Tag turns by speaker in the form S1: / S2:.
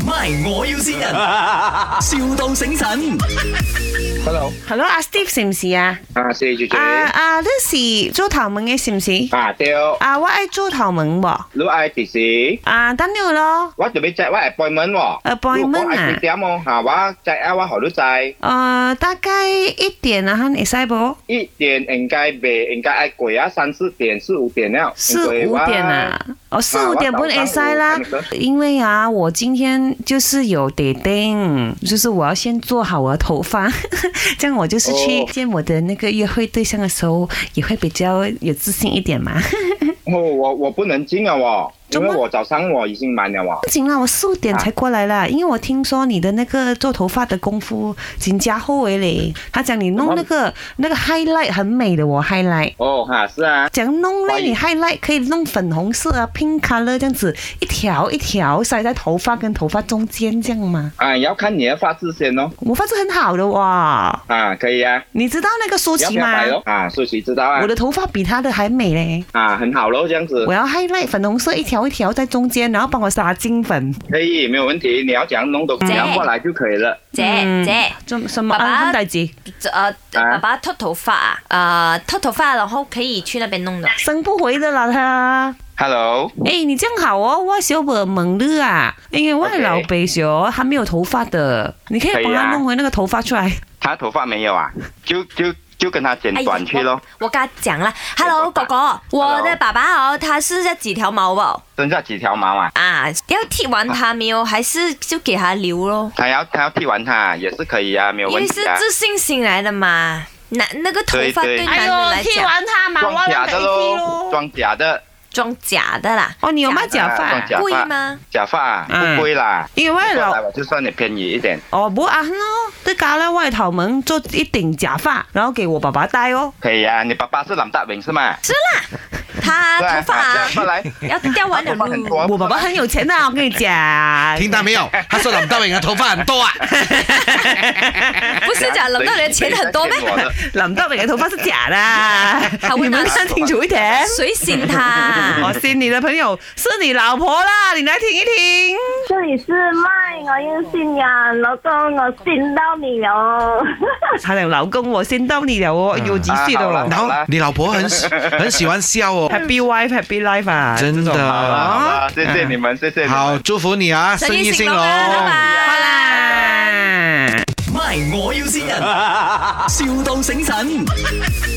S1: My，我要先人，, 笑到醒神。
S2: Hello，
S3: Hello，阿 Steve 是唔是啊？
S2: 啊，四姐姐
S3: 啊，啊，呢是做頭文嘅是唔是？
S2: 啊对哦，
S3: 啊，我愛做頭文喎。
S2: 你爱几时？
S3: 啊，等你咯。
S2: 我准备在我 appointment 喎
S3: Appointment 啊
S2: 我哦爱几点哦？吓，我在啊，我好多在
S3: 呃，大概一點啊，你使不？
S2: 一点应该未应该爱过啊，三四点、四五点了。
S3: 四五点啊，哦，四五点不能塞啦
S2: 我早上，
S3: 因为啊，我今天就是有 dating，就是我要先做好我的头发， 这样我就是去
S2: 哦
S3: 见我的那个约会对象的时候，也会比较有自信一点嘛。
S2: 因为我。哦，我我不能进了哦，因
S3: 怎么
S2: 为我早上我已经满了哦。
S3: 不行啦，我四五点才过来
S2: 啊
S3: 啦，因为我听说你的那个做头发的功夫紧加后围嘞，他讲你弄那个那个 highlight 很美的哦 highlight。
S2: 哦，哈，是啊，
S3: 讲弄呢，
S2: 欢迎
S3: 你 highlight 可以弄粉红色啊，pink color 这样子，一条一条塞在头发跟头发中间这样嘛。
S2: 啊，要看你的发质先哦。
S3: 我发质很好的哇，
S2: 啊，可以啊，
S3: 你知道那个舒
S2: 要不
S3: 淇
S2: 要
S3: 吗？
S2: 白哦？啊，舒淇知道啊
S3: 我，的头发比她的还美嘞。
S2: 啊，很好喽，这样子
S3: 我要 highlight 粉红色一条一条在中间，然后帮我撒金粉。
S2: 可以，没有问题。你要怎样弄都，你要过来就可以了。
S3: 嗯
S4: 姐姐，
S3: 这什么？
S4: 爸爸
S3: 啊，很大姐，
S4: 呃，
S2: 啊
S4: 爸爸脱头发啊，呃，脱头发然后可以去那边弄的。哎
S3: 生不回的啦她。
S2: Hello，
S3: 哎，你这样好哦，我小本猛的啊，因为我的
S2: OK
S3: 老北小还没有头发的，你可以
S2: 可以
S3: 帮他
S2: 啊
S3: 弄回那个头发出来。
S2: 他头发没有啊？就就就跟他剪
S4: 哎呀
S2: 短去咯，
S4: 我我跟他讲了，Hello
S2: 爸
S4: 哥
S2: 爸
S4: 哥，我
S2: Hello
S4: 的爸爸哦，他是这几条毛哦，
S2: 剩下几条毛啊？
S4: 啊，要剃完他没有，还是就给他留咯，
S2: 他要他要剃完它也是可以啊，没有
S4: 因
S2: 问
S4: 为
S2: 题
S4: 是
S2: 啊。
S4: 自信心来的嘛。男那个头发
S2: 对
S4: 对
S2: 对
S3: 哎
S4: 男人来讲，
S3: 他嘛
S4: 啊
S2: 装假的喽，装假的，
S4: 装假的啦，
S3: 哦，你有卖假
S2: 啊
S3: 发
S2: 装？假
S4: 贵
S2: 发
S4: 吗？
S2: 假发啊
S3: 嗯
S2: 不贵啦。
S3: 因
S4: 哎
S3: 为
S2: 过来
S3: 老
S2: 我就算你便宜一点，
S3: 哦不啊咯，在家呢外头门做一顶假发，然后给我爸爸戴哦。
S2: 可以啊。你爸爸是蓝大明是吗？
S4: 他
S2: 对啊
S4: 头发
S2: 啊这样
S4: 啊
S2: 过来，
S4: 要掉完了
S2: 头发 很
S4: 路，
S2: 多。
S3: 我爸爸很有 钱的，我跟你讲。
S5: 听到没有？他说林德荣嘅头发很 多啊。
S4: 不是讲冷到你的钱很多咩？
S2: 谁谁谁在骗我的
S3: 林德荣的头发是假的，
S4: 会
S3: 你们
S4: 拿
S3: 看清楚 一点。
S4: 谁信他啊？
S3: 我信你的朋友是你老婆啦，你来听一听。
S6: 这里是麦，我要信人，啊老公，我信到你哦。
S3: 她的老公我先到你了哦，有几岁的
S2: 啊好
S3: 哦
S2: 啦
S5: 然后你老婆很喜很喜欢笑 哦，
S3: ？Happy wife, happy life 啊！
S5: 真的。
S2: 好啦好啦，谢谢你们，谢谢你们。
S5: 好，祝福你啊，生意兴隆。
S4: 拜拜。
S3: 啦。啊
S1: My，我要先人，,笑到醒神。